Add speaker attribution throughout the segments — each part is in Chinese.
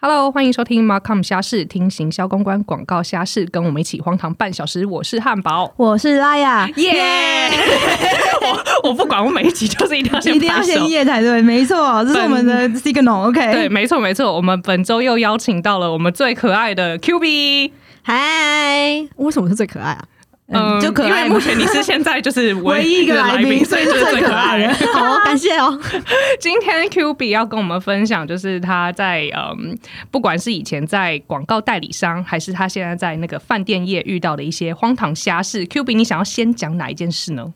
Speaker 1: Hello，欢迎收听 Markham 虾事，听行销公关广告虾事，跟我们一起荒唐半小时。我是汉堡，
Speaker 2: 我是拉雅，
Speaker 1: 耶、 我我不管，我每一集 就是一定要先
Speaker 2: 一定要
Speaker 1: 拍手
Speaker 2: 先夜才对，没错，这是我们的 signal。
Speaker 1: 对，
Speaker 2: OK，
Speaker 1: 没错没错，我们本周又邀请到了我们最可爱的 Q B，
Speaker 2: 嗨，为什么是最可爱啊？嗯，就可
Speaker 1: 因
Speaker 2: 爱
Speaker 1: 为
Speaker 2: 嘛
Speaker 1: 目，前你是现在就是
Speaker 2: 唯一一个
Speaker 1: 的
Speaker 2: 来
Speaker 1: 来
Speaker 2: 宾，
Speaker 1: 所
Speaker 2: 所
Speaker 1: 以
Speaker 2: 以
Speaker 1: 就是
Speaker 2: 最可爱
Speaker 1: 爱的。
Speaker 2: 的。好，感谢哦。
Speaker 1: 今天 Q B 要跟我们分享，就是他在嗯，不管是以前在广告代理商，还是他现在在那个饭店业遇到的一些荒唐虾事。Q B，你想要先讲哪一件事呢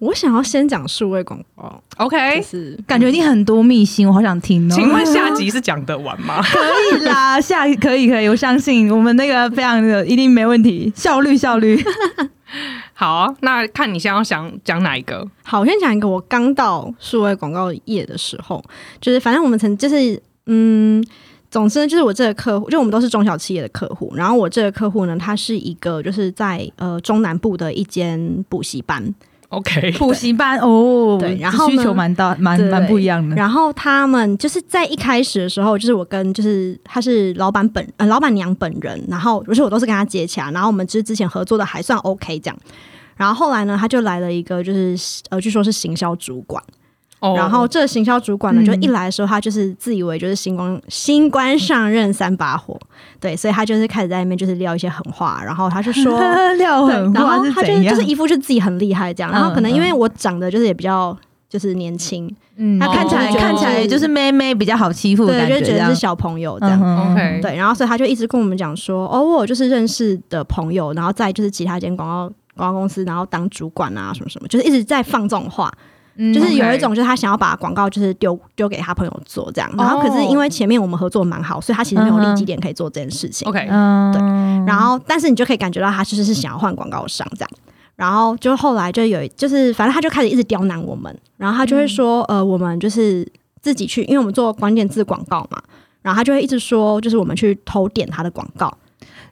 Speaker 3: 我想要先讲数位广告，就
Speaker 1: ？OK，
Speaker 3: 是
Speaker 2: 感觉你很多秘辛，我好想听哦。
Speaker 1: 请问下集是讲得完吗？
Speaker 2: 可以啦，下可以可以，我相信我们那个非常的一定没问题，效率效率。
Speaker 1: 好啊，那看你想要想讲哪一个？
Speaker 3: 好。我先讲一个我刚到数位广告业的时候，就是反正我们曾就是嗯，总之呢，就是我这个客户，就我们都是中小企业的客户，然后我这个客户呢，他是一个就是在呃中南部的一间补习班，
Speaker 1: OK，
Speaker 2: 补习班哦，
Speaker 3: 对然后呢
Speaker 2: 需求蛮大，蛮
Speaker 3: 对
Speaker 2: 蛮不一样的。
Speaker 3: 然后他们就是在一开始的时候，就是我跟就是他是老板本呃老板娘本人，然后而且我都是跟他接洽，然后我们之之前合作的还算 OK 这样。然后后来呢，他就来了一个就是呃，据说是行销主管。
Speaker 1: 哦
Speaker 3: 然后这行销主管呢，
Speaker 2: 嗯。
Speaker 3: 就一来的时候，他就是自以为就是新官新官上任三把火，对，所以他就是开始在那边就是撂一些狠话，然后他就说
Speaker 2: 料
Speaker 3: 对，
Speaker 2: 很
Speaker 3: 然后
Speaker 2: 话是
Speaker 3: 他就
Speaker 2: 怎
Speaker 3: 是
Speaker 2: 样？
Speaker 3: 就是一副就是自己很厉害这样，然后可能
Speaker 2: 嗯嗯
Speaker 3: 因为我长得就是也比较就是年轻，
Speaker 2: 嗯，
Speaker 3: 他
Speaker 2: 看起来
Speaker 1: 哦
Speaker 2: 看起来就是妹妹比较好欺负的
Speaker 3: 对，
Speaker 2: 感
Speaker 3: 就
Speaker 2: 觉，
Speaker 3: 觉
Speaker 2: 这
Speaker 3: 得
Speaker 2: 样
Speaker 3: 是小朋友这样。
Speaker 2: 嗯
Speaker 1: OK
Speaker 3: 对，然后所以他就一直跟我们讲说，哦，我有就是认识的朋友，然后再就是其他间广告广告公司，然后当主管啊，什么什么，就是一直在放这种话，
Speaker 2: 嗯
Speaker 3: 就是有
Speaker 1: OK
Speaker 3: 一种就是他想要把广告就是丢丢给他朋友做这样，然后可是
Speaker 2: 哦
Speaker 3: 因为前面我们合作蛮好，所以他其实没有立基点可以做这件事情。
Speaker 1: OK，
Speaker 2: 嗯，
Speaker 3: 然后但是你就可以感觉到他其实是想要换广告商这样。然后就后来就有一，就是反正他就开始一直刁难我们，然后他
Speaker 2: 嗯
Speaker 3: 就会说，呃，我们就是自己去，因为我们做关键字广告嘛，然后他就会一直说，就是我们去偷点他的广告，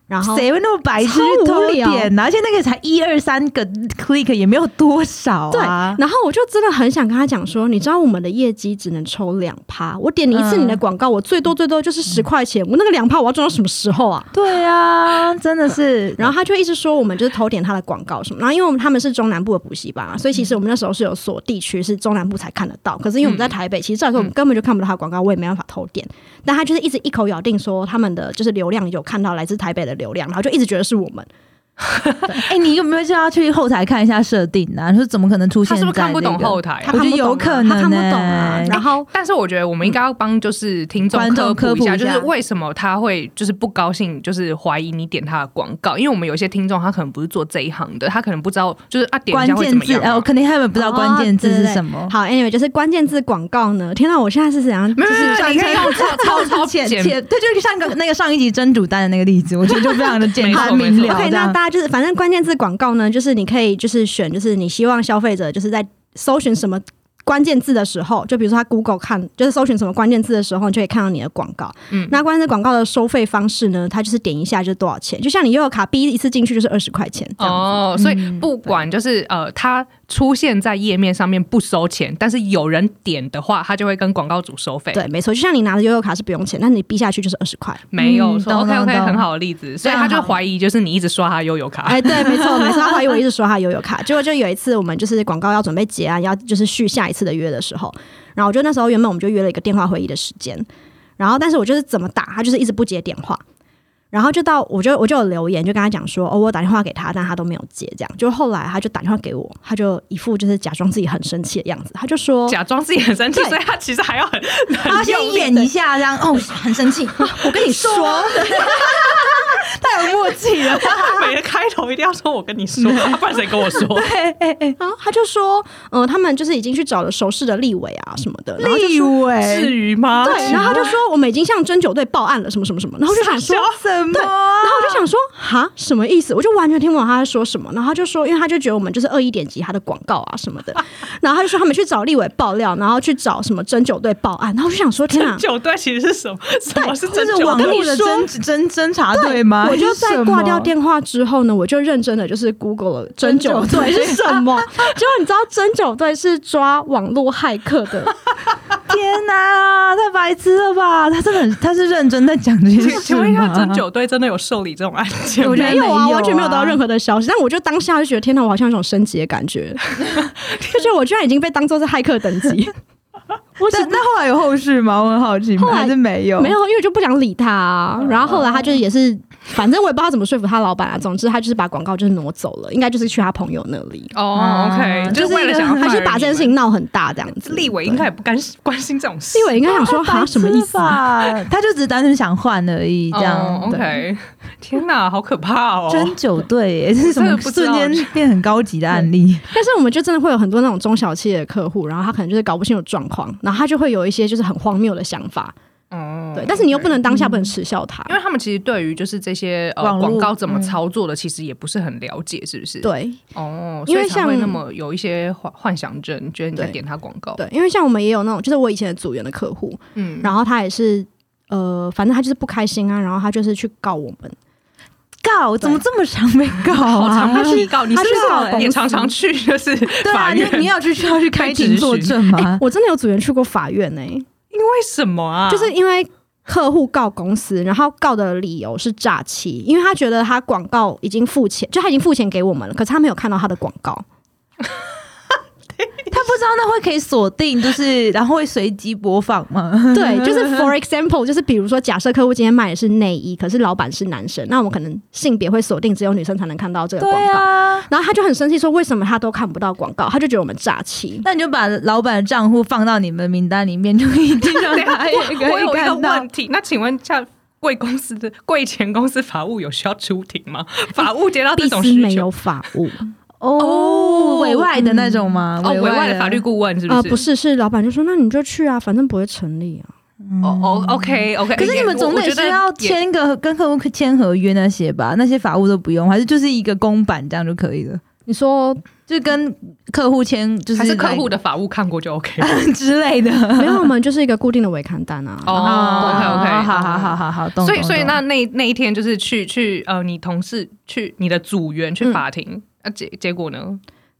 Speaker 3: 然后
Speaker 2: 谁会那么白痴去
Speaker 3: 超无
Speaker 2: 偷
Speaker 3: 聊
Speaker 2: 点呢、而且那个才一二三个 click 也没有多少啊。
Speaker 3: 然后我就真的很想跟他讲说，你知道我们的业绩只能抽两趴，我点你一次
Speaker 2: 嗯
Speaker 3: 你的广告，我最多最多就是十块钱，我那个两趴我要赚到什么时候啊？
Speaker 2: 对啊，真的是。
Speaker 3: 然后他就一直说我们就是偷点他的广告什么，然后因为我们他们是中南部的补习班啊，所以
Speaker 1: 嗯
Speaker 3: 其实我们那时候是有锁地区是中南部才看得到，可是因为我们在台北，其实照理说我
Speaker 1: 嗯
Speaker 3: 们根本就看不到他的广告，我也没办法偷点。但他就是一直一口咬定说他们的就是流量有看到来自台北的流量，然后就一直觉得是我们。
Speaker 2: 哎、你有没有叫他去后台看一下设定啊？说怎么可能出
Speaker 1: 他
Speaker 2: 现、
Speaker 1: 是不是看不懂后？台啊？
Speaker 3: 他
Speaker 2: 我觉得
Speaker 3: 看不懂啊
Speaker 2: 有可能
Speaker 3: 他看不懂啊
Speaker 2: 欸。
Speaker 3: 然后
Speaker 1: 但是我觉得我们应该要帮就是听众
Speaker 2: 嗯观众
Speaker 1: 科
Speaker 2: 科
Speaker 1: 普
Speaker 2: 普
Speaker 1: 一
Speaker 2: 一
Speaker 1: 下，
Speaker 2: 下
Speaker 1: 就是为什么他会就是不高兴，就是怀疑你点他的广告，因为我们有一些听众他可能不是做这一行的，他可能不知道就是啊点一
Speaker 2: 关
Speaker 1: 下会怎
Speaker 2: 键
Speaker 1: 么
Speaker 2: 字
Speaker 1: 样啊、
Speaker 2: 哦，肯定他们不知道关键字是什么。
Speaker 3: 好，anyway，就是关键字广告呢。天到我现在是怎样？
Speaker 1: 没
Speaker 3: 就
Speaker 1: 有没有
Speaker 3: 是
Speaker 1: 没有，你可以 用超超超
Speaker 2: 浅
Speaker 1: 简
Speaker 2: 浅，对，就是像个 那个上一集真主丹的那个例子，我觉得就非常的简单
Speaker 1: 没错
Speaker 2: 明
Speaker 1: 没错
Speaker 2: 了。
Speaker 3: OK，
Speaker 2: 这
Speaker 3: 那
Speaker 2: 样
Speaker 3: 大家就是反正关键字广告呢，就是你可以就是选，就是你希望消费者就是在搜寻什么。关键字的时候，就比如说他 Google 看，就是搜寻什么关键字的时候，你就可以看到你的广告。
Speaker 1: 嗯
Speaker 3: 那关键字广告的收费方式呢？它就是点一下就是多少钱，就像你悠游卡 B 一次进去就是二十块钱这样
Speaker 2: 嗯
Speaker 3: 子。
Speaker 1: 哦，所以不管就是呃，他出现在页面上面不收钱，但是有人点的话，他就会跟广告主收费。
Speaker 3: 对，没错，就像你拿着悠游卡是不用钱，但你 B 下去就是二十块。
Speaker 1: 没有
Speaker 2: 嗯
Speaker 1: 说
Speaker 2: 懂
Speaker 1: OK
Speaker 2: 懂
Speaker 1: OK
Speaker 2: 懂
Speaker 1: 很好的例子，所以
Speaker 2: 这
Speaker 1: 他
Speaker 2: 样
Speaker 1: 就
Speaker 2: 好
Speaker 1: 怀疑就是你一直刷他悠游卡。
Speaker 3: 哎，对，没错，没错。他怀疑我一直说他悠游卡，结果就有一次我们就是广告要准备结案，要就是续下一次的约的时候，然后我就那时候原本我们就约了一个电话会议的时间，然后但是我就是怎么打，他就是一直不接电话。然后就到，我就我就有留言，就跟他讲说，哦，我打电话给他，但他都没有接，这样。就后来他就打电话给我，他就一副就是假装自己很生气的样子，他就说，
Speaker 1: 假装自己很生气，
Speaker 3: 对
Speaker 1: 所以他其实还要很
Speaker 2: 他先演一下，这样哦，很生 气。
Speaker 3: 我跟你说，
Speaker 2: 太有默契 了。
Speaker 1: 每个开头一定要说我跟你
Speaker 3: 嗯
Speaker 1: 说，啊不然谁跟我说？
Speaker 2: 哎
Speaker 3: 然后他就说，嗯、他们就是已经去找了熟识的立委啊什么的，然后就
Speaker 2: 立
Speaker 1: 至
Speaker 2: 伟，
Speaker 1: 于吗？
Speaker 3: 对，然后他就说我们已经向侦九队报案了，什么什么什么，然后我就想说，
Speaker 2: 什么？
Speaker 3: 然后我就想说，哈，什么意思？我就完全听不懂他在说什么。然后他就说，因为他就觉得我们就是恶意点击他的广告啊什么的。 然后他就说他们去找立委爆料，然后去找什么针灸队报案。然后我就想说，天啊！
Speaker 1: 九队其实是什么？什么是
Speaker 2: 这
Speaker 1: 真
Speaker 2: 是
Speaker 1: 九
Speaker 2: 网
Speaker 1: 队？
Speaker 2: 络的
Speaker 3: 我
Speaker 2: 侦
Speaker 3: 跟
Speaker 2: 侦侦查队吗？
Speaker 3: 我就
Speaker 2: 还是
Speaker 3: 在
Speaker 2: 什
Speaker 3: 挂
Speaker 2: 么
Speaker 3: 掉电话之后呢，我就认真的就是 Google 了针灸队是什么。 结果你知道针灸队是抓网络骇客的，
Speaker 2: 天哪、太白白痴了吧？他真的很，他是认真在讲这件事
Speaker 1: 请
Speaker 2: 吗
Speaker 1: 请问一下，针灸队真的有受理这种案件吗
Speaker 2: 我？觉得
Speaker 3: 没有
Speaker 2: 没有
Speaker 3: 啊，
Speaker 2: 啊
Speaker 3: 完全没有得到任何的消息。但我就当下就觉得，天哪，我好像有一种升级的感 觉，就觉得我居然已经被当做是骇客等级。
Speaker 2: 但但后来有后续吗？我很好奇，
Speaker 3: 后来
Speaker 2: 还是没有？
Speaker 3: 没有，因为我就不想理他、啊。然后后来他就是也是，反正我也不知道怎么说服他老板啊。总之他就是把广告就是挪走了，应该就是去他朋友那里。
Speaker 1: 哦，OK，
Speaker 2: 嗯
Speaker 1: 就是为了想要
Speaker 3: 他啊就是把这件事情闹很大这样子。
Speaker 1: fired 你们，立委应该也不关关心这种事。
Speaker 3: 立伟应该想说，
Speaker 2: 白
Speaker 3: 哈，
Speaker 2: 痴
Speaker 3: 什么意思啊？
Speaker 2: 吧？他就只是单纯想换而已，这样
Speaker 1: 哦。
Speaker 2: 对
Speaker 1: OK，天 哪，好可怕哦！
Speaker 2: 针灸队耶，这是什
Speaker 1: 我真
Speaker 2: 么
Speaker 1: 的不知
Speaker 2: 瞬
Speaker 1: 道
Speaker 2: 间变很高级的案例？
Speaker 3: 但是我们就真的会有很多那种中小企业的客户，然后他可能就是搞不清楚状况，然后他就会有一些就是很荒谬的想法，
Speaker 1: 哦
Speaker 3: 对。但是你又不能当下不能耻笑他，
Speaker 1: 因为他们其实对于就是这些呃
Speaker 2: 网络
Speaker 1: 广告怎么操作的，其实也不是很了解，是不是？
Speaker 3: 嗯对
Speaker 1: 哦，
Speaker 3: 因为
Speaker 1: 所以才会
Speaker 3: 像
Speaker 1: 那么有一些幻幻想症，觉得你在
Speaker 3: 对
Speaker 1: 点他广告。
Speaker 3: 对。因为像我们也有那种，就是我以前的组员的客户，
Speaker 1: 嗯，
Speaker 3: 然后他也是呃，反正他就是不开心啊，然后他就是去告我们，
Speaker 2: 告怎么这么常被告
Speaker 1: 好
Speaker 2: 啊？
Speaker 1: 哦常被告，你是
Speaker 2: 他是
Speaker 1: 不
Speaker 2: 告
Speaker 1: 是也常常去就是
Speaker 2: 对啊，
Speaker 1: 法
Speaker 2: 你
Speaker 1: 院？
Speaker 2: 你要去需要去开
Speaker 1: 开
Speaker 2: 庭
Speaker 1: 庭
Speaker 2: 作
Speaker 1: 询
Speaker 2: 证吗？
Speaker 3: 我真的有组员去过法院呢、
Speaker 1: 为什么啊？
Speaker 3: 就是因为客户告公司，然后告的理由是诈欺，因为他觉得他广告已经付钱，就他已经付钱给我们了，可是他没有看到他的广告。
Speaker 2: 他不知道那会可以锁 定，就是然后会随机播放吗？
Speaker 1: 嗯
Speaker 3: 对，就是 for example，就是比如说，假设客户今天卖的是内衣，可是老板是男生，那我们可能性别会锁定只有女生才能看到这个广告。
Speaker 2: 啊，
Speaker 3: 然后他就很生气，说为什么他都看不到广告？他就觉得我们诈欺。
Speaker 2: 那你就把老板的账户放到你们名单里面，就一定让他也哎可
Speaker 1: 我有
Speaker 2: 以
Speaker 1: 一个
Speaker 2: 看到
Speaker 1: 问。题，那请问一下，贵公司的贵前公司法务有需要出庭吗？法务接到这
Speaker 3: 必
Speaker 1: 种
Speaker 3: 斯
Speaker 1: 需
Speaker 3: 没
Speaker 1: 求
Speaker 3: 有，法务，
Speaker 2: 哦，委外的那种吗？
Speaker 1: 哦，委外的法律顾问是不
Speaker 3: 呃，
Speaker 2: 哦
Speaker 1: 是？
Speaker 3: 不是，是老板就说那你就去啊，反正不会成立啊。
Speaker 1: 哦哦，OK OK，
Speaker 2: 可是你们总得是要签一个跟客户签合约那些吧？那些法务都不用，还是就是一个公版这样就可以了？
Speaker 3: 你 说
Speaker 2: 就是跟客户签，就
Speaker 1: 还是客户
Speaker 2: 的
Speaker 1: 的法务看过就 OK 了。
Speaker 2: 之类的。
Speaker 3: 没有，我们就是一个固定的围刊单啊。
Speaker 1: 哦，OK，OK
Speaker 2: 好好好好好，懂。
Speaker 1: 所以，所以
Speaker 2: 懂
Speaker 1: 那那那一天就是去去呃，你同事去你的组员去
Speaker 3: 嗯
Speaker 1: 法庭，啊结结果呢？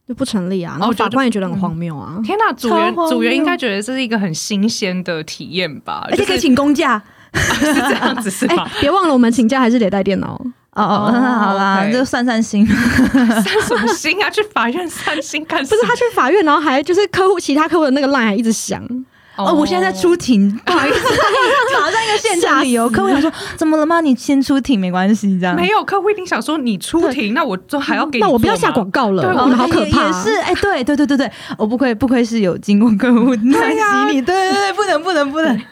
Speaker 3: 就不成立啊。然
Speaker 1: 哦
Speaker 3: 后
Speaker 1: 就就
Speaker 3: 法官也觉得很荒谬啊。
Speaker 1: 天呐，组员
Speaker 2: 荒
Speaker 1: 组员应
Speaker 2: 谬
Speaker 1: 该觉得这是一个很新鲜的体验吧？
Speaker 2: 而且可以
Speaker 1: 就是
Speaker 2: 请公假。
Speaker 1: 是这样子是
Speaker 3: 哎
Speaker 1: 吧？，
Speaker 3: 别忘了我们请假还是得带电脑。
Speaker 2: 哦哦，
Speaker 1: 哦
Speaker 2: 那 好啦，
Speaker 1: OK
Speaker 2: 就散散心。
Speaker 1: 散什么心啊？去法院散心干
Speaker 3: 不
Speaker 1: 什
Speaker 3: 是
Speaker 1: 么？
Speaker 3: 他去法院，然后还就是客户其他客户的那个 line 还一直响，
Speaker 2: 哦，我现在在出庭， 不好意思，马上一个现场理由。客户想说，怎么了吗？你先出庭没关系，这样
Speaker 1: 没有客户一定想说你出庭，嗯那我就还要给你
Speaker 3: 那我不要
Speaker 1: 做
Speaker 3: 下
Speaker 1: 吗
Speaker 3: 广告了，
Speaker 1: 对
Speaker 2: 哦
Speaker 3: 我们好可怕
Speaker 2: 也也
Speaker 3: 啊。
Speaker 2: 是，哎，对对对对对，我不愧不愧是有经过客户来
Speaker 1: 呀
Speaker 2: 洗你，对对对，不能不能不能。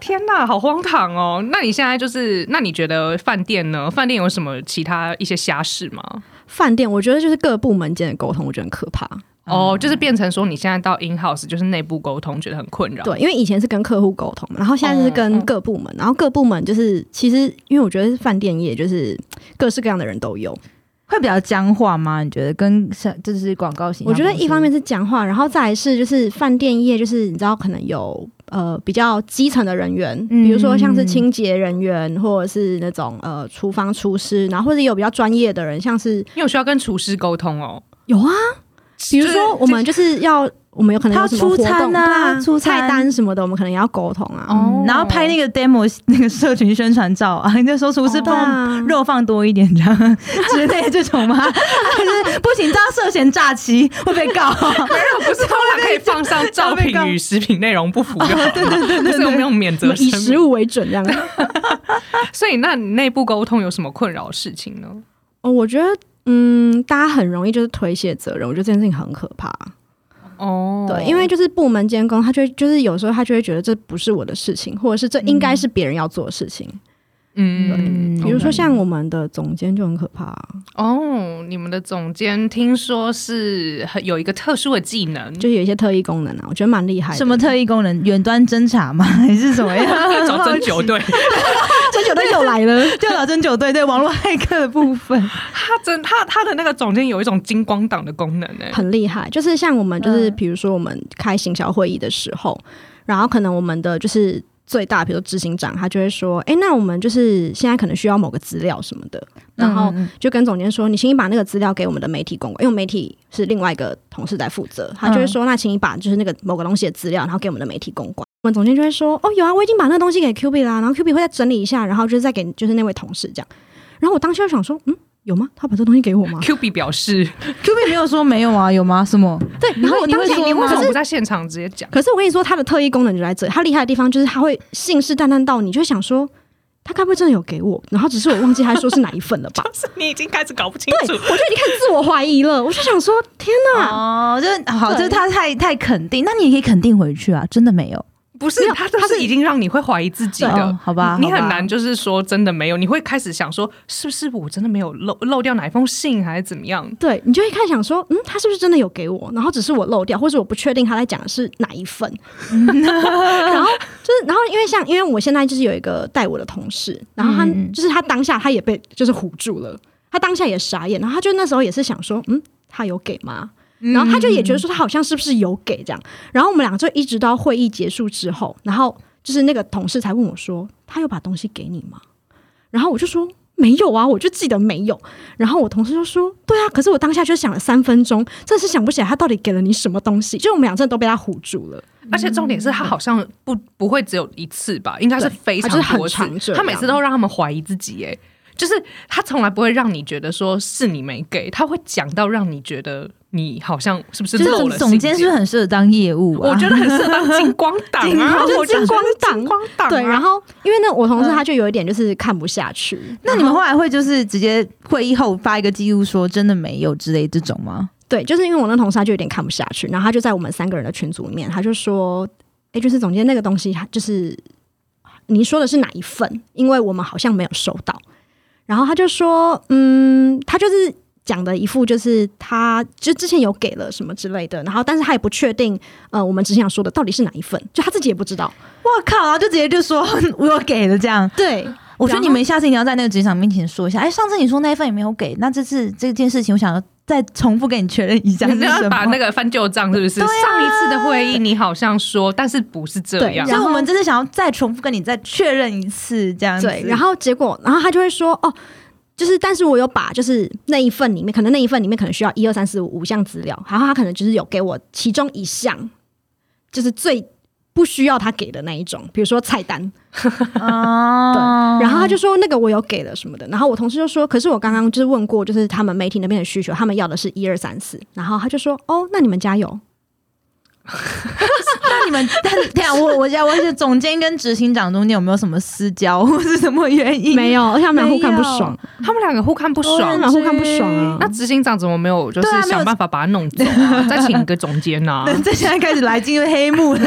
Speaker 1: 天呐，好荒唐哦！那你现在就是，那你觉得饭店呢？饭店有什么其他一些瞎事吗？
Speaker 3: 饭店，我觉得就是各部门间的沟通，我觉得很可怕。
Speaker 1: 哦，就是变成说你现在到 in house 就是内部沟通，觉得很困扰。
Speaker 3: 对，因为以前是跟客户沟通嘛，然后现在就是
Speaker 1: 嗯
Speaker 3: 跟
Speaker 1: 嗯
Speaker 3: 各部门，然后各部门就是其实，因为我觉得饭店业就是各式各样的人都有。
Speaker 2: 会比较僵化吗？你觉得跟像就是广告型？
Speaker 3: 我觉得一方面是讲话，然后再来是就是饭店业，就是你知道可能有呃比较基层的人员，
Speaker 2: 嗯
Speaker 3: 比如说像是清洁人员或者是那种呃厨房厨师，然后或者有比较专业的人，像是
Speaker 1: 你有需要跟厨师沟通哦。
Speaker 3: 有啊，比如
Speaker 1: 就是
Speaker 3: 说我们就是要我们有可能
Speaker 2: 他
Speaker 3: 有什么活
Speaker 2: 出
Speaker 3: 动
Speaker 2: 餐啊
Speaker 3: 对
Speaker 2: 出餐
Speaker 3: 菜单什么的，我们可能也要沟通啊。
Speaker 1: 哦
Speaker 2: 嗯，然后拍那个 demo 那个社群宣传照啊，那时候厨师
Speaker 1: 哦
Speaker 3: 对
Speaker 2: 帮我
Speaker 3: 啊，
Speaker 2: 肉放多一点这样之类的这种吗？ 还是不行，这样涉嫌诈欺会被告。
Speaker 1: 没有，不是通常可以放上照品与食品内容不符就好了。对对对对，就是有没有免
Speaker 3: 我
Speaker 1: 责
Speaker 3: 们以
Speaker 1: 声
Speaker 3: 食
Speaker 1: 明？
Speaker 3: 物为准这样。
Speaker 1: 所以，那你内部沟通有什么困扰的事情呢？
Speaker 3: 哦，我觉得嗯，大家很容易就是推卸责任，我觉得这件事情很可怕。
Speaker 1: 哦，
Speaker 3: 对，因为就是部门监工，他就会就是有时候他就会觉得这不是我的事情，或者是这应该是别人要做的事情。
Speaker 1: 嗯，
Speaker 3: 比如说像我们的总监就很可怕、
Speaker 2: 嗯
Speaker 1: 哦，你们的总监听说是很有一个特殊的技能，
Speaker 3: 就是 有一些特异功能啊，我觉得蛮厉害的。
Speaker 2: 什么特异功能？远端侦查吗？ 还是什么样？
Speaker 1: 找针灸队，
Speaker 3: 这酒都又来了，
Speaker 2: 就老针灸对对网络骇客的部分，
Speaker 1: 他真他他的那个总监有一种金光党的功能 哎、
Speaker 3: 很厉害。就是像我们就是
Speaker 2: 嗯
Speaker 3: 比如说我们开行销会议的时候，然后可能我们的就是。最大，比如说执行长，他就会说，哎、那我们就是现在可能需要某个资料什么的，然后
Speaker 2: 嗯
Speaker 3: 就跟总监说，你请你把那个资料给我们的媒体公关，因为媒体是另外一个同事在负责，他
Speaker 2: 嗯
Speaker 3: 就会说，那请你把就是那个某个东西的资料，然后给我们的媒体公关。我们总监就会说，哦，有啊，我已经把那个东西给 Q B 啦，然后 Q B 会再整理一下，然后就是再给就是那位同事这样。然后我当时就想说，嗯，有吗？他把这东西给我 吗？
Speaker 1: Q B 表示，
Speaker 2: Q B 没有说没有啊，有吗？什么？
Speaker 3: 对，然后我
Speaker 2: 你
Speaker 3: 当
Speaker 2: 会
Speaker 3: 下
Speaker 2: 说
Speaker 1: 你为
Speaker 2: 吗
Speaker 1: 什
Speaker 3: 可
Speaker 1: 么
Speaker 3: 是
Speaker 1: 不在现场直接讲？
Speaker 3: 可是我跟你说，他的特异功能就在这里，他厉害的地方就是他会信誓旦旦到你就会想说，他该不会真的有给我？然后只是我忘记他说是哪一份了吧？
Speaker 1: 是你已经开始搞不清
Speaker 3: 对，我就已经开始自我怀疑了。我就想说，天哪！
Speaker 2: 哦，就是好，
Speaker 3: 对
Speaker 2: 就是他太太肯定，那你也可以肯定回去啊，真的没有。
Speaker 1: 不是
Speaker 3: 没有
Speaker 1: 他，他
Speaker 3: 他
Speaker 1: 是
Speaker 3: 是
Speaker 1: 已经让你会怀疑自己
Speaker 2: 对
Speaker 1: 的
Speaker 2: 哦，好吧
Speaker 1: 你
Speaker 2: 好
Speaker 1: 你
Speaker 2: 吧
Speaker 1: 很难就是说真的没有，你会开始想说，是不是我真的没有漏漏掉哪一封信，还是怎么样？
Speaker 3: 对你就会开始想说，嗯，他是不是真的有给我？然后只是我漏掉，或者我不确定他在讲的是哪一份。然后就是，然后因为像，因为我现在就是有一个带我的同事，然后他、
Speaker 2: 嗯嗯
Speaker 3: 就是他当下他也被就是唬住了，他当下也傻眼，然后他就那时候也是想说，嗯，他有给吗？然后他就也觉得说他好像是不是有给这样，然后我们两个就一直到会议结束之后，然后就是那个同事才问我说，他有把东西给你吗？然后我就说没有啊，我就记得没有。然后我同事就说：“对啊，可是我当下就想了三分钟，真是想不起来他到底给了你什么东西。”就我们俩真的都被他唬住了。
Speaker 1: 而且重点是他好像不不会只有一次吧，应该是
Speaker 3: 对
Speaker 1: 非常
Speaker 3: 他就是很
Speaker 1: 多次
Speaker 3: 常这。样
Speaker 1: 他每次都让他们怀疑自己、哎，就是他从来不会让你觉得说是你没给，他会讲到让你觉得你好像是不是
Speaker 2: 就是
Speaker 1: 漏
Speaker 2: 总
Speaker 1: 了
Speaker 2: 总
Speaker 1: 信
Speaker 2: 监
Speaker 1: 件
Speaker 2: 是不是很适合当业务啊？
Speaker 1: 我觉得很适合当金光 党
Speaker 2: 金光
Speaker 1: 啊，
Speaker 2: 党
Speaker 1: 我觉得
Speaker 3: 金光党
Speaker 1: 金光党啊、
Speaker 3: 对，然后因为那我同事
Speaker 2: 嗯
Speaker 3: 他就有一点就是看不下去，
Speaker 2: 那你们后来会就是直接会议后发一个记录说真的没有之类这种吗？
Speaker 3: 对，就是因为我那同事他就有点看不下去，然后他就在我们三个人的群组里面，他就说：“哎，就是总监那个东西，就是你说的是哪一份？因为我们好像没有收到。”然后他就说：“嗯，他就是讲的一副就是他就之前有给了什么之类的，然后但是他也不确定，呃，我们只想说的到底是哪一份，就他自己也不知道。
Speaker 2: 我靠，然后就直接就说嗯我给了这样。
Speaker 3: 对，
Speaker 2: 我觉得你们下次一定要在那个职场面前说一下，哎，上次你说那一份也没有给，那这次这件事情，我想要再重复跟你确认一下是
Speaker 1: 你
Speaker 2: 什
Speaker 1: 要
Speaker 2: 么。
Speaker 1: 把那个翻旧账，是不是？
Speaker 2: 对啊
Speaker 1: 上一次的会议你好像说，但是不是这
Speaker 3: 对
Speaker 1: 样
Speaker 2: 所？以
Speaker 3: 然后
Speaker 2: 我们这次想要再重复跟你再确认一次，这样子。
Speaker 3: 对，然后结果，然后他就会说，哦，就是，但是我有把就是那一份里面，可能那一份里面可能需要一二三四五五项资料，然后他可能就是有给我其中一项，就是最不需要他给的那一种，比如说菜单，
Speaker 2: 哦，
Speaker 3: 对，然后他就说那个我有给了什么的，然后我同事就说，可是我刚刚就是问过，就是他们媒体那边的需求，他们要的是一二三四，然后他就说，哦，那你们加油，
Speaker 2: 那你们，但等一下我我想问一下，总监跟执行长中间有没有什么私交或是什么原因？
Speaker 3: 没有，而且他们俩互看不爽，
Speaker 1: 他们两个互看不
Speaker 3: 他们
Speaker 1: 爽。
Speaker 3: 俩互看不爽啊
Speaker 1: 那，执行长怎么没有就是
Speaker 2: 对啊没有
Speaker 1: 想办法把他弄走、啊？ 再请一个总监啊？
Speaker 2: 那这现在开始来进入黑幕了。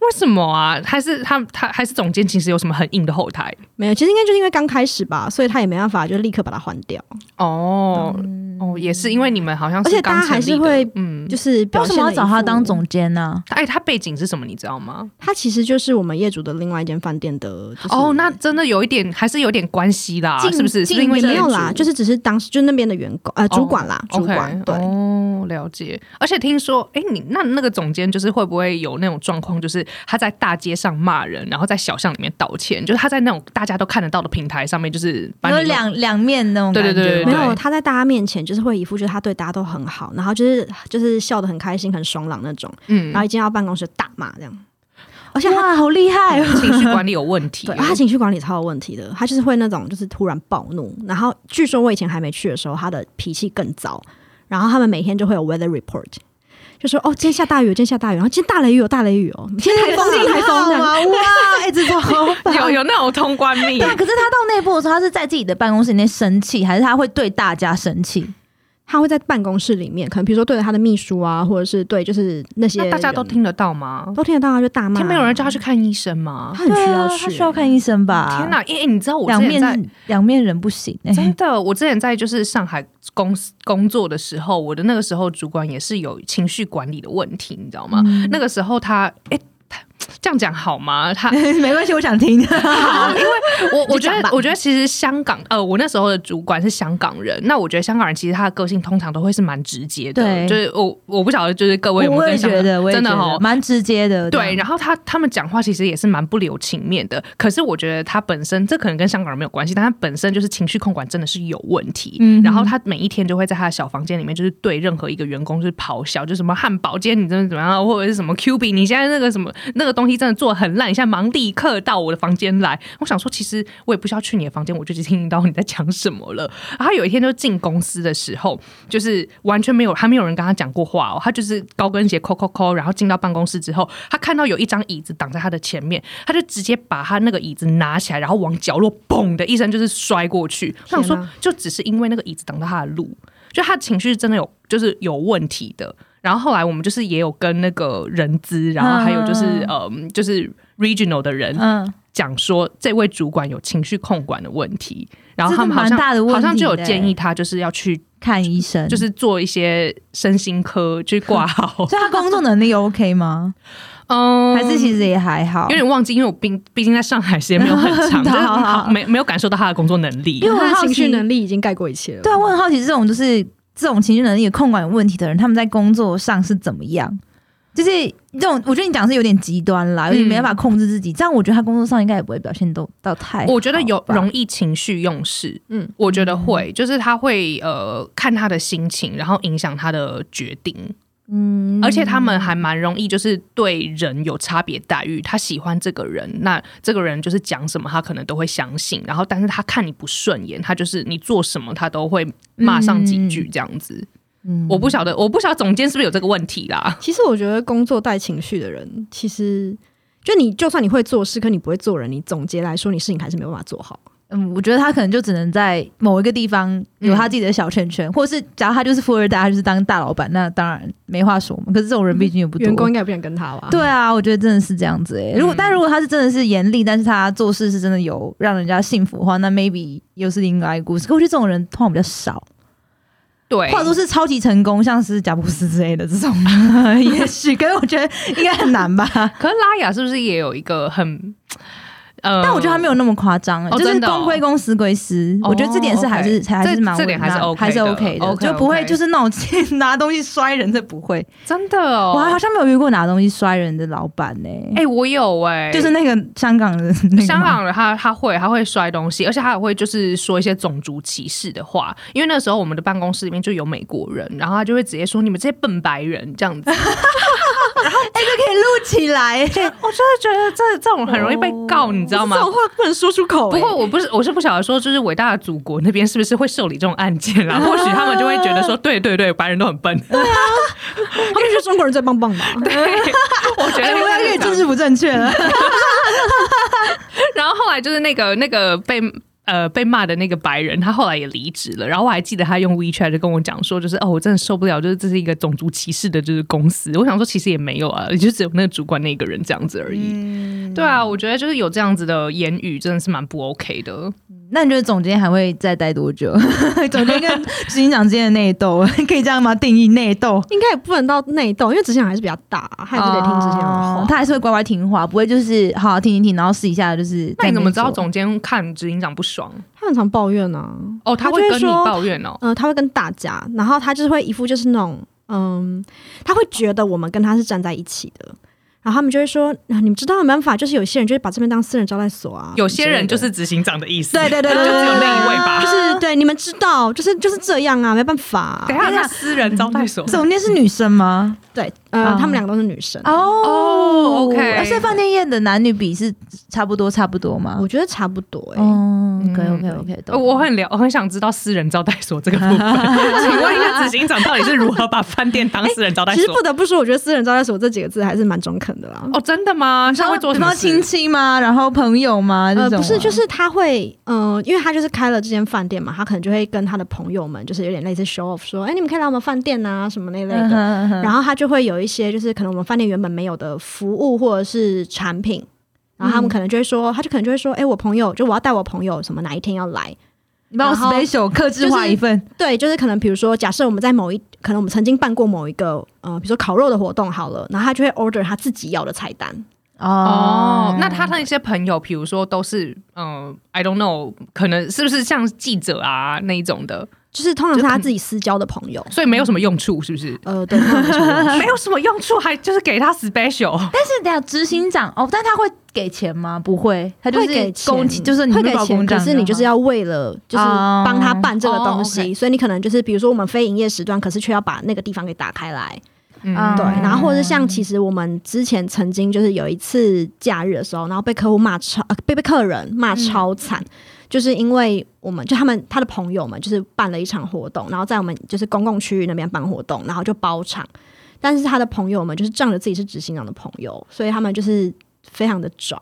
Speaker 1: 为什么啊？还是他他还是总监其实有什么很硬的后台？
Speaker 3: 没有，其实应该就是因为刚开始吧，所以他也没办法就立刻把它换掉。
Speaker 1: 哦、哦，也是因为你们好像
Speaker 3: 嗯而且
Speaker 1: 刚
Speaker 3: 大家
Speaker 1: 成
Speaker 3: 还
Speaker 1: 立
Speaker 3: 是
Speaker 1: 的
Speaker 3: 会
Speaker 1: 嗯，
Speaker 3: 就是表
Speaker 2: 为什
Speaker 3: 现
Speaker 2: 么要
Speaker 3: 得一
Speaker 2: 找他
Speaker 3: 副
Speaker 2: 当？总监呢、
Speaker 1: 哎，他背景是什么？你知道吗？
Speaker 3: 他其实就是我们业主的另外一间饭店的。就是啊
Speaker 1: 哦，那真的有一点还是有点关系啦，
Speaker 2: 竞
Speaker 1: 是不是？是
Speaker 2: 竞
Speaker 1: 不是因为
Speaker 3: 也没有
Speaker 1: 业主哦
Speaker 3: 啦，就是只是当时就那边的员工呃主管啦，主
Speaker 1: OK，
Speaker 3: 管对。
Speaker 1: 哦，了解。而且听说，哎、你那那个总监就是会不会有那种状况，就是他在大街上骂人，然后在小巷里面道歉，就是他在那种大家都看得到的平台上面，就是把
Speaker 2: 有
Speaker 1: 你弄
Speaker 2: 两两面那种
Speaker 1: 对
Speaker 2: 感
Speaker 1: 对
Speaker 2: 觉，
Speaker 1: 对对
Speaker 3: 没
Speaker 1: 对
Speaker 3: 有，他在大家面前就是会一副就是他对大家都很好，然后就是就是笑得很开心、很爽朗那种，
Speaker 1: 嗯
Speaker 3: 然后一进到办公室大骂这样，而且他
Speaker 2: 哇，好厉害哦！
Speaker 1: 情绪管理有问题
Speaker 3: 对，。啊他情绪管理超有问题的，他就是会那种就是突然暴怒，然后据说我以前还没去的时候，他的脾气更糟，然后他们每天就会有 weather report，就说哦今天下大雨，今天下大雨，然后今天大雷雨有大雷雨哦，今天台风今天台风这
Speaker 2: 信号
Speaker 3: 样，
Speaker 2: 啊！哇，哎，这种好棒。
Speaker 1: 有有那种通关密
Speaker 2: 对，啊，可是他到内部的时候，他是在自己的办公室里面生气，还是他会对大家生气？
Speaker 3: 他会在办公室里面，可能比如说对着他的秘书啊，或者是对就是那些
Speaker 1: 那大家
Speaker 3: 人
Speaker 1: 都听得到吗？
Speaker 3: 都听得到，他啊就大骂，
Speaker 1: 天，没有人叫他去看医生吗？
Speaker 3: 他很需要
Speaker 2: 对啊
Speaker 3: 去，
Speaker 2: 他需要看医生吧？
Speaker 1: 天哪！哎、欸，你知道我之
Speaker 2: 两
Speaker 1: 前在
Speaker 2: 面两面人不行哎、
Speaker 1: 真的，我之前在就是上海公司工作的时候，我的那个
Speaker 2: 嗯
Speaker 1: 时候主管也是有情绪管理的问题，你知道吗？那个时候他，哎、他这样讲好吗？ 他
Speaker 2: 没关系，我想听。
Speaker 1: 好，因为我我觉
Speaker 3: 就讲吧
Speaker 1: 得，我觉得其实香港，呃，我那时候的主管是香港人，那我觉得香港人其实他的个性通常都会是蛮直接
Speaker 2: 对
Speaker 1: 的，就是我 我不晓得，就是各位有没有
Speaker 2: 我也
Speaker 1: 跟香
Speaker 2: 觉
Speaker 1: 港
Speaker 2: 得，我也
Speaker 1: 真的
Speaker 2: 觉得
Speaker 1: 哦。
Speaker 2: 蛮直接的。
Speaker 1: 对，然后他他们讲话其实也是蛮不留情面的，可是我觉得他本身这可能跟香港人没有关系，但他本身就是情绪控管真的是有问题。
Speaker 2: 嗯哼
Speaker 1: 然后他每一天就会在他的小房间里面，就是对任何一个员工就是咆哮，就什么汉堡今天你真的怎么样，或者是什么 Q B 你现在那个什么那个东西真的做得很烂，你现在忙立刻到我的房间来。我想说，其实我也不需要去你的房间，我就已经听到你在讲什么了。然后他有一天就进公司的时候，就是完全没有，还没有人跟他讲过话哦。他就是高跟鞋抠抠抠，然后进到办公室之后，他看到有一张椅子挡在他的前面，他就直接把他那个椅子拿起来，然后往角落嘣的一声就是摔过去。我想说
Speaker 3: 哪，
Speaker 1: 就只是因为那个椅子挡到他的路，就他情绪真的有就是有问题的。然后后来我们就是也有跟那个人资，然后还有就是
Speaker 2: 嗯
Speaker 1: 嗯，就是 regional 的人
Speaker 2: 嗯，
Speaker 1: 讲说，这位主管有情绪控管的问题，然后
Speaker 2: 这是
Speaker 1: 他们好像
Speaker 2: 蛮大的问题
Speaker 1: 好像就有
Speaker 2: 的
Speaker 1: 建议他就是要去
Speaker 2: 看医生，，
Speaker 1: 就是做一些身心科去挂号
Speaker 2: 所以他工作能力 OK 吗？
Speaker 1: 嗯，
Speaker 2: 还是其实也还好？
Speaker 1: 有点忘记，因为我毕毕竟在上海时间没有很 长，就是
Speaker 2: 好好
Speaker 1: 没没有感受到他的工作能力
Speaker 3: 因。为我
Speaker 2: 他
Speaker 3: 的
Speaker 2: 的
Speaker 3: 情
Speaker 2: 情
Speaker 3: 绪
Speaker 2: 绪
Speaker 3: 能
Speaker 2: 能
Speaker 3: 力已经盖过一切了。
Speaker 2: 对啊，我很好奇这种就是这种情绪能力有控管有问题的人，他们在工作上是怎么样？就是这种，我觉得你讲的是有点极端
Speaker 1: 嗯
Speaker 2: 啦，有点没办法控制自己。这样我觉得他工作上应该也不会表现都到哎太好吧。
Speaker 1: 我觉得有容易情绪用事，
Speaker 3: 嗯
Speaker 1: 嗯，我觉得会，就是他会呃看他的心情，然后影响他的决定，嗯，而且他们还蛮容易就是对人有差别待遇，他喜欢这个人，那这个人就是讲什么他可能都会相信，然后但是他看你不顺眼，他就是你做什么他都会骂上几句这样子，
Speaker 2: 嗯
Speaker 1: 我不晓得，我不晓得总监是不是有这个问题啦，
Speaker 3: 其实我觉得工作带情绪的人，其实就你就算你会做事，可你不会做人，你总结来说，你事情还是没有办法做好。
Speaker 2: 嗯，我觉得他可能就只能在某一个地方有他自己的小圈
Speaker 1: 嗯
Speaker 2: 圈，或是假如他就是富二代，他就是当大老板，那当然没话说嘛。可是这种人毕
Speaker 1: 嗯
Speaker 2: 竟也不多，
Speaker 3: 员工应该也不想跟他吧？
Speaker 2: 对啊，我觉得真的是这样子诶、如果、
Speaker 1: 嗯
Speaker 2: 但如果他是真的是严厉，但是他做事是真的有让人家幸福的话，那 maybe 又是另外一个故事。可我觉得这种人通常比较少，
Speaker 1: 对，
Speaker 2: 或者说是超级成功，像是贾布斯之类的这种， 也许。可是我觉得应该很难吧。
Speaker 1: 可是拉雅是不是也有一个很，呃，
Speaker 2: 但我觉得他没有那么夸张、欸，
Speaker 1: 哦
Speaker 2: 就是
Speaker 1: 真的哦
Speaker 2: 公归公，私归私。
Speaker 1: 哦
Speaker 2: 我觉得这点是还是、
Speaker 1: OK
Speaker 2: 还是蛮
Speaker 1: 这这点还是
Speaker 2: 稳当
Speaker 1: OK
Speaker 2: 还是
Speaker 1: 的
Speaker 2: OK 的
Speaker 1: OK，OK
Speaker 2: 就不会就是那种拿东西摔人，这不会。
Speaker 1: 真的哦，
Speaker 2: 我好像没有遇过拿东西摔人的老板呢、欸
Speaker 1: 哎、我有哎、
Speaker 2: 就是那个香港的那个吗
Speaker 1: 香港人他他会他会摔东西，而且他也会就是说一些种族歧视的话。因为那时候我们的办公室里面就有美国人，然后他就会直接说你们这些笨白人这样 子。
Speaker 2: 哎可以录起来，
Speaker 1: 我真的觉得这这种很容易被告，你知道吗
Speaker 3: 这？种话不能说出口、
Speaker 1: 啊 不过我不是我是不晓得说，就是伟大的祖国那边是不是会受理这种案件啦？或许他们就会觉得说，对对对，白人都很 笨。
Speaker 3: 欸他们觉得中国人最棒棒吧？
Speaker 1: 对，我觉
Speaker 2: 哎、
Speaker 1: 得
Speaker 2: 我要
Speaker 1: 可
Speaker 2: 越
Speaker 1: 以
Speaker 2: 政治不正确了。
Speaker 1: 然后后来就是那个那个被。呃，被骂的那个白人，他后来也离职了。然后我还记得他用 WeChat 就跟我讲说，就是哦，我真的受不了，就是这是一个种族歧视的，就是公司。我想说，其实也没有啊，也就只有那个主管那个人这样子而已。对啊，我觉得就是有这样子的言语，真的是蛮不 OK 的。
Speaker 2: 那你觉得总监还会再待多久？ 总监跟执行长之间的内斗， 可以这样吗？定义内斗。
Speaker 3: 应该也不能到内斗，因为执行长还是比较大，他还是得听执行长的话。
Speaker 2: 哦他还是会乖乖听话，不会就是好好听一听，然后试一下就是。
Speaker 1: 那你怎么知道？总监看执行长不爽？
Speaker 3: 他很常抱怨啊，
Speaker 1: 哦，他
Speaker 3: 他
Speaker 1: 会
Speaker 3: 就会
Speaker 1: 跟你
Speaker 3: 说
Speaker 1: 抱怨哦。
Speaker 3: 呃，他会跟大家，然后他就是会一副就是那种，嗯，他会觉得我们跟他是站在一起的，然后他们就会说，啊你们知道没办法，就是有些人就是把这边当私人招待所啊，
Speaker 1: 有些人
Speaker 3: 什么之类的
Speaker 1: 就是执行长的意思，
Speaker 2: 对对对对
Speaker 1: 就
Speaker 2: 对
Speaker 1: 只有
Speaker 2: 对
Speaker 1: 那一位吧
Speaker 3: 就。是对你们知道，就是就是这样啊，没办法、
Speaker 1: 等一下，他私人招待所
Speaker 2: 总监是女生吗？
Speaker 3: 对，呃，
Speaker 2: 嗯
Speaker 3: 他们两个都是女生，
Speaker 1: 哦，OK
Speaker 2: 那所以饭店业的男女比是差不多，差不多吗
Speaker 3: 我？觉得差不多哎、
Speaker 2: 哦，OK OK OK，
Speaker 1: 呃我很了，我很想知道私人招待所这个部分。 请问一下，执行长到底是如何把饭店当私人招待
Speaker 3: 哎其实
Speaker 1: 所
Speaker 3: 不？得不说，我觉得“私人招待所”这几个字还是蛮中肯的啦。
Speaker 1: 哦，真的吗？他会做什
Speaker 2: 然
Speaker 1: 么
Speaker 2: 后亲
Speaker 1: 事？
Speaker 2: 戚吗？然后朋友吗？这
Speaker 3: 呃，
Speaker 2: 种啊
Speaker 3: 不是，
Speaker 2: 吗
Speaker 3: 就是他会，嗯、因为他就是开了这间饭店嘛，他可能就会跟他的朋友们，就是有点类似 show off，说，哎、你们可以来我们饭店啊，什么那类的。
Speaker 2: 嗯哼嗯哼
Speaker 3: 然后他就会有一些，就是可能我们饭店原本没有的服务或者是产品，然后他们
Speaker 2: 嗯
Speaker 3: 可能就会说，他就可能就会说，哎、我朋友就我要带我朋友什么哪一天要来，
Speaker 2: 你帮我
Speaker 3: 然后
Speaker 2: special 克制化
Speaker 3: 就是
Speaker 2: 一份，
Speaker 3: 对，就是可能比如说，假设我们在某一，可能我们曾经办过某一个呃，比如说烤肉的活动好了，然后他就会 order 他自己要的菜单，
Speaker 1: 哦，那他的一些朋友，比如说都是嗯、i don't know，可能是不是像记者啊那一种的，
Speaker 3: 就是通常是他自己私交的朋友。？
Speaker 1: 所以没有什么用处，是不是
Speaker 3: 呃，对，通常没什么 用
Speaker 1: 没有什么用处，还就是给他 special，
Speaker 2: 但是等下执行长哦，但他会给钱吗？不会，他就是
Speaker 3: 会给钱
Speaker 2: 公击，就是你
Speaker 3: 会
Speaker 2: 们
Speaker 3: 给
Speaker 2: 报
Speaker 3: 钱，
Speaker 2: 公
Speaker 3: 可
Speaker 2: 账
Speaker 3: 是你就是
Speaker 2: 好
Speaker 3: 要为了就是
Speaker 2: 哦
Speaker 3: 帮他办这个东西，
Speaker 1: 哦，OK
Speaker 3: 所以你可能就是比如说我们非营业时段，可是却要把那个地方给打开来，
Speaker 1: 嗯
Speaker 2: 啊
Speaker 3: 对。
Speaker 2: 嗯
Speaker 3: 然后或者是像其实我们之前曾经就是有一次假日的时候，然后被客户骂超，呃、被被客人骂超惨。就是因为我们就他们他的朋友们就是办了一场活动，然后在我们就是公共区域那边办活动，然后就包场，但是他的朋友们就是仗着自己是执行长的朋友，所以他们就是非常的拽。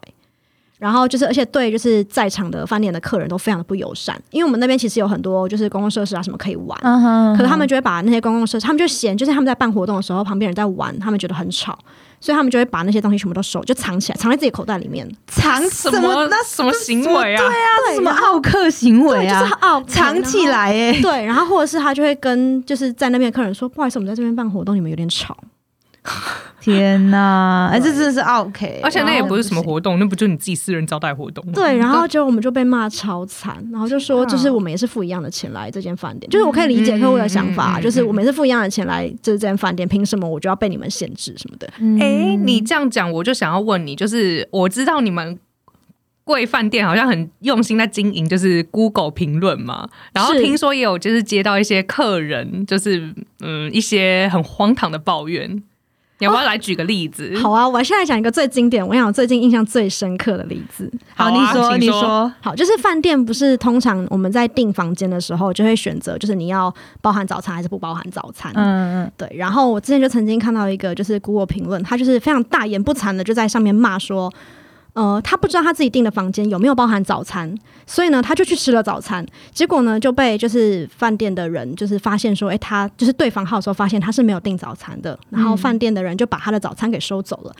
Speaker 3: 然后就是，而且对就是在场的饭店的客人都非常的不友善，因为我们那边其实有很多就是公共设施啊什么可以玩，
Speaker 2: 嗯哼，
Speaker 3: 可是他们就会把那些公共设施，他们就嫌就是他们在办活动的时候旁边人在玩，他们觉得很吵，所以他们就会把那些东西全部都收就藏起来，藏在自己口袋里 面。
Speaker 2: 藏
Speaker 1: 什
Speaker 2: 什么
Speaker 1: 么那什么行为啊？
Speaker 2: 那什么
Speaker 3: 然后
Speaker 2: 奥克行为
Speaker 3: 对，就
Speaker 2: 啊，
Speaker 3: 是哦，
Speaker 2: 藏起。来哎、
Speaker 3: 然后 对，然后或者是他就会跟就是在那边的客人说，不好意思，我们在这边办活动，你们有点 吵。
Speaker 2: 天哪，哎、
Speaker 3: 对
Speaker 2: 这真的是 OK，
Speaker 1: 而且那也不是什么
Speaker 2: 然后
Speaker 1: 活动，那不就你自己私人招待活动吗？
Speaker 3: 对，然后结果我们就被骂超惨，然后就说
Speaker 1: 天啊
Speaker 3: 就是我们也是付一样的钱来这间饭店，就是我可以理解客户的想法，
Speaker 1: 嗯嗯嗯
Speaker 3: 就是我们也是付一样的钱来这间饭店，凭什么我就要被你们限制什么的？
Speaker 2: 嗯
Speaker 1: 哎、你这样讲，我就想要问你，就是我知道你们贵饭店好像很用心在经营，就是 Google 评论嘛，然后
Speaker 3: 是
Speaker 1: 听说也有就是接到一些客人，就是嗯一些很荒唐的抱怨，你要不要来举个例子？
Speaker 3: 好啊，我现在讲一个最经典，我想我最近印象最深刻的例子。
Speaker 1: 好
Speaker 2: 好，你
Speaker 1: 啊
Speaker 2: 说
Speaker 1: 请
Speaker 2: 你
Speaker 1: 说
Speaker 2: 说，
Speaker 3: 好，就是饭店不是通常我们在订房间的时候就会选择，就是你要包含早餐还是不包含早餐。
Speaker 2: 嗯嗯，
Speaker 3: 对，然后我之前就曾经看到一个就是 Google 评论，他就是非常大言不惭的就在上面骂说，呃，他不知道他自己订的房间有没有包含早餐，所以呢，他就去吃了早餐，结果呢就被就是饭店的人就是发现说，诶，他就是对房号的时候发现他是没有订早餐的，然后饭店的人就把他的早餐给收走了。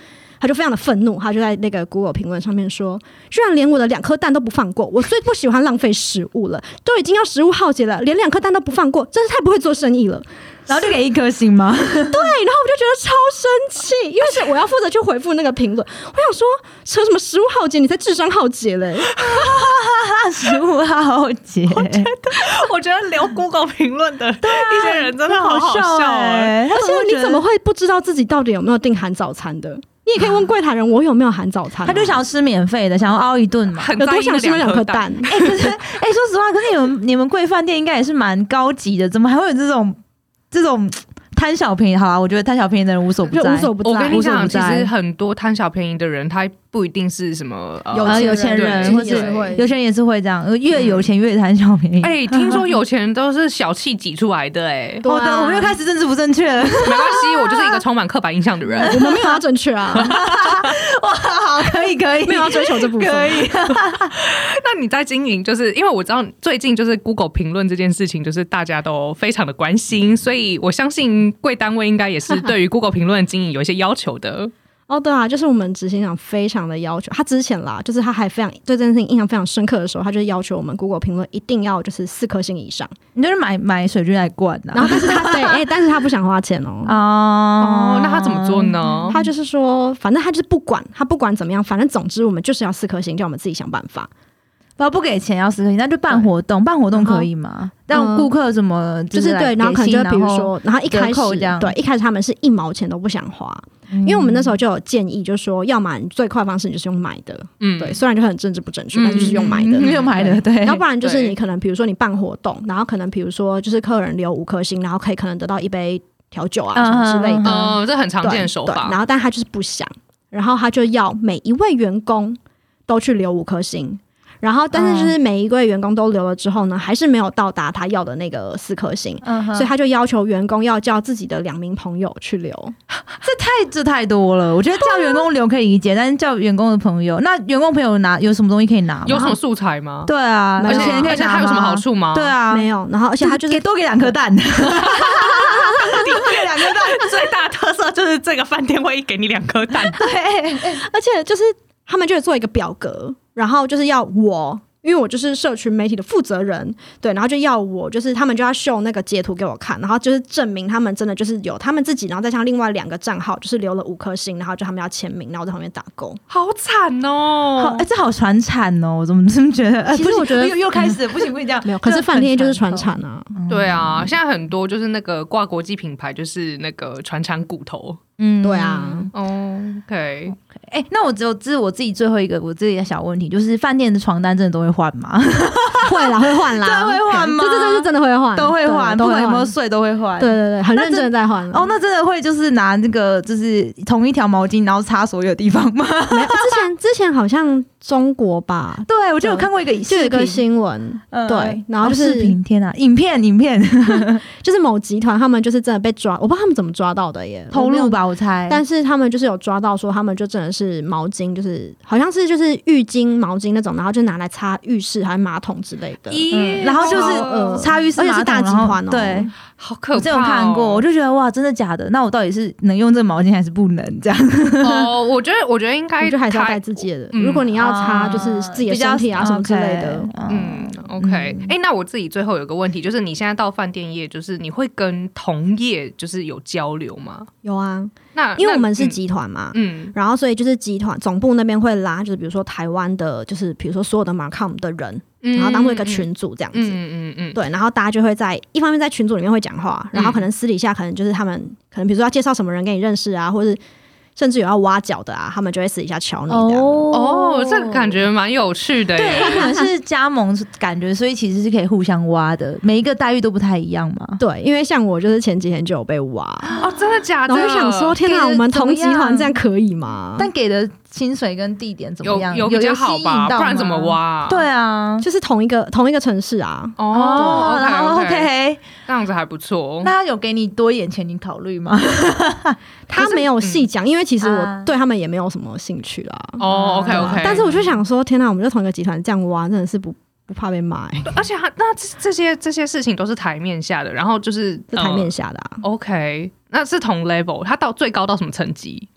Speaker 3: 他就非常的愤怒，他就在那个 Google 评论上面说：“居然连我的两颗蛋都不放过，我最不喜欢浪费食物了，都已经要食物耗竭了，连两颗蛋都不放过，真是太不会做生意了。”
Speaker 2: 然后就给一颗星吗？
Speaker 3: 对，然后我就觉得超生气，因为是我要负责去回复那个评论。我想说，扯什么食物浩劫，你才智商浩劫嘞！
Speaker 2: 二 十五号 节，
Speaker 1: 我觉得留 Google 评论的一些人真的好好笑哎、
Speaker 2: 哎、
Speaker 3: 而且
Speaker 2: 我
Speaker 3: 你怎么？会不知道自己到底有没有订含早餐的？你也可以问柜台人，我有没有含早餐啊、
Speaker 2: 他就想要吃免费的，想要凹一顿嘛。
Speaker 1: 很
Speaker 3: 有
Speaker 1: 在
Speaker 3: 多
Speaker 1: 意
Speaker 3: 想吃
Speaker 1: 那
Speaker 3: 那两
Speaker 1: 两颗
Speaker 3: 颗蛋
Speaker 1: 蛋。
Speaker 2: 哎、可是哎、说实话，可是你们你们贵饭店应该也是蛮高级的，怎么还会有这种这种贪小便宜？好啊，我觉得贪小便宜的人无所不
Speaker 3: 就
Speaker 2: 在，
Speaker 3: 无所不
Speaker 1: 我
Speaker 3: 在
Speaker 1: 跟。你
Speaker 2: 无所不
Speaker 1: 讲，其
Speaker 2: 在
Speaker 1: 实很多贪小便宜的人，他不一定是什么、呃
Speaker 3: 有
Speaker 2: 呃有
Speaker 3: 钱，
Speaker 2: 钱
Speaker 1: 人
Speaker 2: 人或
Speaker 1: 对
Speaker 2: 是
Speaker 1: 对
Speaker 2: 有钱人也是会这样，呃越有钱越贪小便宜。
Speaker 1: 哎、听说有钱人都是小气挤出来的、哎
Speaker 3: 对啊
Speaker 2: 我哦的，我们又开始政治不正 确了，
Speaker 1: 没关系，我就是一个充满刻板印象的人。
Speaker 3: 我们没有要正确啊，
Speaker 2: 哇，好，可以，可以，
Speaker 3: 没有要啊追求这部
Speaker 2: 可
Speaker 3: 分。
Speaker 2: 以，
Speaker 1: 那你在经营，就是因为我知道最近就是 Google 评论这件事情，就是大家都非常的关心，所以我相信贵单位应该也是对于 Google 评论的经营有一些要求的。
Speaker 3: 哦，对啊，就是我们执行长非常的要求，他之前啦，就是他还非常对这件事情印象非常深刻的时候，他就要求我们 Google 评论一定要就是四颗星以上。
Speaker 2: 你就是买买水军来灌呐
Speaker 3: 然后，但是他对，哎、但是他不想花钱哦。
Speaker 2: 哦
Speaker 1: 哦，那他怎么做？呢？
Speaker 3: 他就是说，反正他就是不管，他不管怎么样，反正总之我们就是要四颗星，叫我们自己想办法。
Speaker 2: 不不给钱要四颗星，那就办活动，办活动可以吗？让顾客怎么
Speaker 3: 就是
Speaker 2: 来
Speaker 3: 嗯对，然后可能
Speaker 2: 给
Speaker 3: 就
Speaker 2: 信
Speaker 3: 会比如，说，然后一开
Speaker 2: 折扣
Speaker 3: 始
Speaker 2: 这样嗯
Speaker 3: 对，一开始他们是一毛钱都不想花，
Speaker 2: 因
Speaker 3: 因为我们那时候就有建议，就说，要么你最快的方式你就是用买的，
Speaker 1: 嗯，
Speaker 3: 对，虽然就很政治不正确，
Speaker 1: 嗯
Speaker 3: 但就是用买的。
Speaker 1: 嗯嗯嗯
Speaker 2: 用买的，对，
Speaker 3: 要不然就是
Speaker 1: 对
Speaker 3: 你可能，比如说你办活动，然后可能比如说就是客人留五颗星，然后可以可能得到一杯调酒啊什么之类的
Speaker 2: 嗯，
Speaker 1: 呃，这很常
Speaker 3: 对
Speaker 1: 见的手
Speaker 3: 对
Speaker 1: 法
Speaker 3: 然。后，但他就是不想，然后他就要每一位员工都去留五颗星。然后，但是就是每一位员工都留了之后呢，还是没有到达他要的那个四颗星，
Speaker 2: 嗯哼，
Speaker 3: 所以他就要求员工要叫自己的两名朋友去留。
Speaker 2: 这太这太多了。我觉得
Speaker 3: 啊
Speaker 2: 叫员工留可以理解，但是叫员工的朋友，那员工朋友拿有什么东西可以拿吗？
Speaker 1: 有什么素材吗？
Speaker 2: 对啊，
Speaker 3: 没
Speaker 1: 而
Speaker 3: 有
Speaker 1: 且
Speaker 2: 有钱可
Speaker 1: 而
Speaker 2: 以
Speaker 1: 且
Speaker 2: 拿
Speaker 1: 它有什么
Speaker 2: 吗
Speaker 1: 好？处吗？
Speaker 2: 对，啊，
Speaker 3: 没有，然后而且他就是
Speaker 2: 给多给两颗蛋，多给两颗蛋，
Speaker 1: 最大的特色就是这个饭店会给你两颗蛋。
Speaker 2: 对，
Speaker 3: 而且就是他们就有做一个表格，然后就是要我因为我就是社群媒体的负责人，对，然后就要我就是他们就要秀那个截图给我看，然后就是证明他们真的就是有他们自己，然后再像另外两个账号就是留了五颗星，然后就他们要签名，然后我在旁边打勾。
Speaker 1: 好惨
Speaker 2: 好
Speaker 1: 哦，！
Speaker 2: 哎，这好传产哦！我怎么这么觉得？呃
Speaker 3: 其实
Speaker 2: 不行
Speaker 3: 我觉得
Speaker 2: 又又开始不行，不行这样。
Speaker 3: 没有，可是
Speaker 2: 这
Speaker 3: 饭店
Speaker 2: 很
Speaker 3: 就是
Speaker 2: 传
Speaker 3: 传产啊，
Speaker 1: 对啊，现在很多就是那个挂国际品牌，就是那个传产骨头。
Speaker 2: 嗯
Speaker 3: 对啊。
Speaker 1: OK，
Speaker 2: 哎、那我只有这是我自己最后一个我自己的小问题，就是饭店的床单真的都会换吗？
Speaker 3: 会啦，会换啦，
Speaker 2: 真的会换吗
Speaker 3: 对对对，是真的会 换，
Speaker 2: 都会换，
Speaker 3: 对
Speaker 2: 不
Speaker 3: 啊都
Speaker 2: 管
Speaker 3: 会
Speaker 2: 有没有
Speaker 3: 换。
Speaker 2: 睡都会换。
Speaker 3: 对。对对，很认真的在换
Speaker 2: 哦，那真的会就是拿那个就是同一条毛巾，然后擦所有地方 吗？
Speaker 3: 没有之前之前好像中国吧，
Speaker 2: 对，我就有看过一个
Speaker 3: 就有一个
Speaker 2: 视频
Speaker 3: 新闻，
Speaker 2: 嗯
Speaker 3: 对然后
Speaker 2: 哦
Speaker 3: 就是
Speaker 2: 视频，天哪，影片影片
Speaker 3: 就是某集团他们就是真的被抓，我不知道他们怎么抓到的耶，
Speaker 2: 投
Speaker 3: 我没有
Speaker 2: 入。吧，我猜。
Speaker 3: 但是他们就是有抓到说，他们就真的是毛巾，就是好像是就是浴巾、毛巾那种，然后就拿来擦浴室还有马桶之类的，
Speaker 1: 咦
Speaker 2: 嗯然后就是
Speaker 1: 好恶
Speaker 2: 擦浴室
Speaker 3: 哦而且
Speaker 2: 马
Speaker 3: 是
Speaker 2: 桶
Speaker 3: 大集
Speaker 2: 然后
Speaker 3: 团哦
Speaker 2: 对，
Speaker 1: 好
Speaker 2: 我
Speaker 1: 可
Speaker 2: 真
Speaker 1: 怕、
Speaker 2: 有
Speaker 1: 哦！
Speaker 2: 看过，我就觉得哇，真的假的？那我到底是能用这毛巾还是不能这样？
Speaker 1: 哦，我觉得，我觉得应
Speaker 3: 我
Speaker 1: 该
Speaker 3: 觉得还是要带
Speaker 1: 太
Speaker 3: 自己的。
Speaker 1: 嗯
Speaker 3: 如果你要擦，就是自己的身体啊
Speaker 2: 比较
Speaker 3: 什么之类的，
Speaker 2: OK，
Speaker 1: 嗯，OK，哎、诶那我自己最后有个问题，就是你现在到饭店业，就是你会跟同业就是有交流吗？
Speaker 3: 有啊，
Speaker 1: 那
Speaker 3: 因为
Speaker 1: 那
Speaker 3: 我们是
Speaker 1: 嗯
Speaker 3: 集团嘛，
Speaker 1: 嗯
Speaker 3: 然后所以就是集团总部那边会拉，就是比如说台湾的，就是比如说所有的 Marcom 的人，
Speaker 1: 嗯
Speaker 3: 然后当做一个，群组这样
Speaker 1: 嗯
Speaker 3: 子。
Speaker 1: 嗯嗯嗯，
Speaker 3: 对，然后大家就会在一方面在群组里面会讲话，然
Speaker 2: 嗯
Speaker 3: 后可能私底下可能就是他们可能比如说要介绍什么人给你认识啊，或是甚至有要挖角的啊，他们就会私底下瞧你这样。
Speaker 1: 嗯哦，这个感觉蛮有趣的
Speaker 2: 对，
Speaker 1: 耶。
Speaker 2: 他可能是加盟感觉，所以其实是可以互相挖的，每一个待遇都不太一样嘛。
Speaker 3: 对，因为像我就是前几天就有被挖，
Speaker 2: 啊
Speaker 1: 哦，真的假
Speaker 3: 然
Speaker 1: 的？
Speaker 3: 后就想说，天哪，
Speaker 2: 给
Speaker 3: 我们
Speaker 2: 怎么
Speaker 3: 同集团
Speaker 2: 样
Speaker 3: 这样可以吗？
Speaker 2: 但给的薪水跟地点怎么样？
Speaker 1: 有
Speaker 2: 有
Speaker 1: 比较
Speaker 2: 有
Speaker 1: 好
Speaker 2: 吸引
Speaker 1: 吧，
Speaker 2: 到
Speaker 1: 不然怎么
Speaker 2: 吗？
Speaker 1: 挖？
Speaker 2: 对。啊。
Speaker 3: 就是同一个同一个城市啊，
Speaker 1: 哦，OK，
Speaker 2: 然后
Speaker 1: OK，
Speaker 2: OK，
Speaker 1: 这样子还不错。
Speaker 2: 那他有给你多一点钱，你考虑吗？
Speaker 3: 他
Speaker 1: 是
Speaker 3: 没有细讲，因为其实我
Speaker 2: 嗯啊
Speaker 3: 对他们也没有什么兴趣啦。
Speaker 1: 哦，OK
Speaker 3: 对啊
Speaker 1: OK，
Speaker 3: 但是我就想说，天哪，我们就同一个集团这样挖，真的是不不怕被骂、欸，
Speaker 1: 而且他那这这些这些事情都是台面下的，然后就是
Speaker 3: 是
Speaker 2: 嗯
Speaker 3: 台面下的、啊。
Speaker 1: 呃 OK，那是同 level，他到最高到什么层级？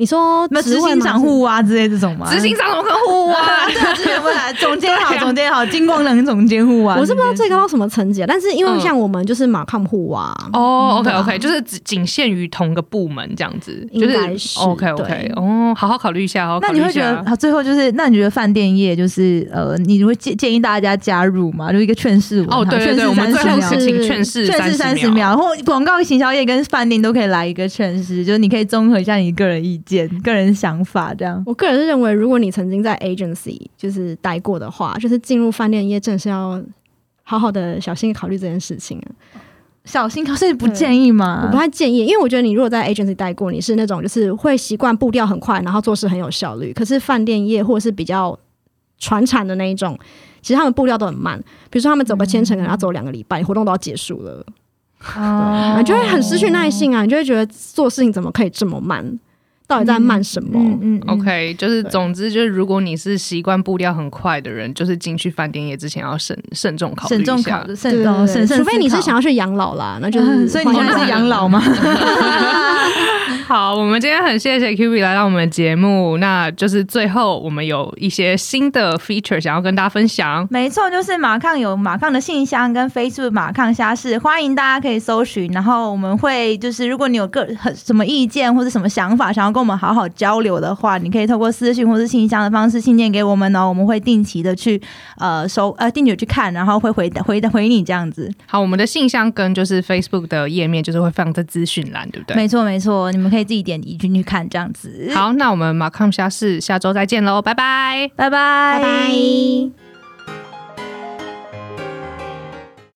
Speaker 3: 你说
Speaker 2: 没有
Speaker 3: 职
Speaker 2: 执
Speaker 3: 位
Speaker 2: 行
Speaker 3: 吗
Speaker 2: 长互挖之类这种吗？
Speaker 1: 执行长怎么可能互
Speaker 2: 啊，
Speaker 1: 挖？
Speaker 2: 对啊，之前不来，总监好，总监好，金光能总监互挖。
Speaker 3: 我是不知道最
Speaker 2: 个
Speaker 3: 高到什么层级、啊，但是因为
Speaker 1: 嗯
Speaker 3: 像我们就是马抗户啊，
Speaker 1: 哦，OK
Speaker 3: 对啊
Speaker 1: OK，就是只仅限于同个部门这样子，就
Speaker 3: 应该是
Speaker 1: OK OK，
Speaker 3: 对
Speaker 1: 哦，好好考虑一下，好好
Speaker 2: 那
Speaker 1: 考
Speaker 2: 你
Speaker 1: 虑一
Speaker 2: 会觉
Speaker 1: 下啊
Speaker 2: 得，。好最后就是，那你觉得饭店业就是呃，你会建建议大家加入吗？就一个劝世文，
Speaker 1: 哦，对对
Speaker 2: 劝
Speaker 1: 对，
Speaker 2: 世
Speaker 1: 我们最
Speaker 2: 三十
Speaker 1: 后
Speaker 2: 秒
Speaker 1: 是。请劝世
Speaker 2: 劝世三十
Speaker 1: 秒。
Speaker 2: 秒，然后广告行销业跟饭店都可以来一个劝世，就是你可以综合一下你个人意见、个人想法这样。
Speaker 3: 我个人是认为，如果你曾经在 agency 就是待过的话，就是进入饭店业，真的是要好好的小心考虑这件事情啊。
Speaker 2: 小心，所以不建议吗？
Speaker 3: 我不太建议，因为我觉得你如果在 agency 待过，你是那种就是会习惯步调很快，然后做事很有效率。可是饭店业或是比较传产的那一种，其实他们步调都很慢。比如说他们走个千层，可能要走两个礼拜，活动都要结束了，
Speaker 2: 哦
Speaker 3: 你就会很失去耐性啊！你就会觉得做事情怎么可以这么慢？到底在慢什么？
Speaker 2: 嗯
Speaker 1: OK，就是
Speaker 3: 对
Speaker 1: 总之就是，如果你是习惯步调很快的人，就是进去饭店业之前要慎慎重考虑
Speaker 2: 慎重
Speaker 1: 一下
Speaker 2: 考，虑，
Speaker 3: 对
Speaker 2: 慎
Speaker 3: 对
Speaker 2: 重，
Speaker 3: 对
Speaker 2: 慎慎思考。
Speaker 3: 除非你是想要去养老啦，那就是、
Speaker 2: 嗯所以你现在是养老吗？
Speaker 1: 好，我们今天很谢谢 Q B 来到我们的节目，那就是最后我们有一些新的 feature 想要跟大家分享。
Speaker 2: 没错，就是马抗有马抗的信箱跟 Facebook 马抗虾事，欢迎大家可以搜寻。然后我们会就是，如果你有个很什么意见或者什么想法，想要跟我们好好交流的话，你可以透过私讯或是信箱的方式信件给我们哦。我们会定期的去呃收呃定期地去看，然后会回答回答回你这样子。
Speaker 1: 好，我们的信箱跟就是 Facebook 的页面就是会放在资讯栏，对不对？
Speaker 2: 没错没错，你们可以自己点进去看这样子。，
Speaker 1: 好，那我们马康虾事下周再见喽，拜拜。
Speaker 2: 拜拜
Speaker 3: 拜拜。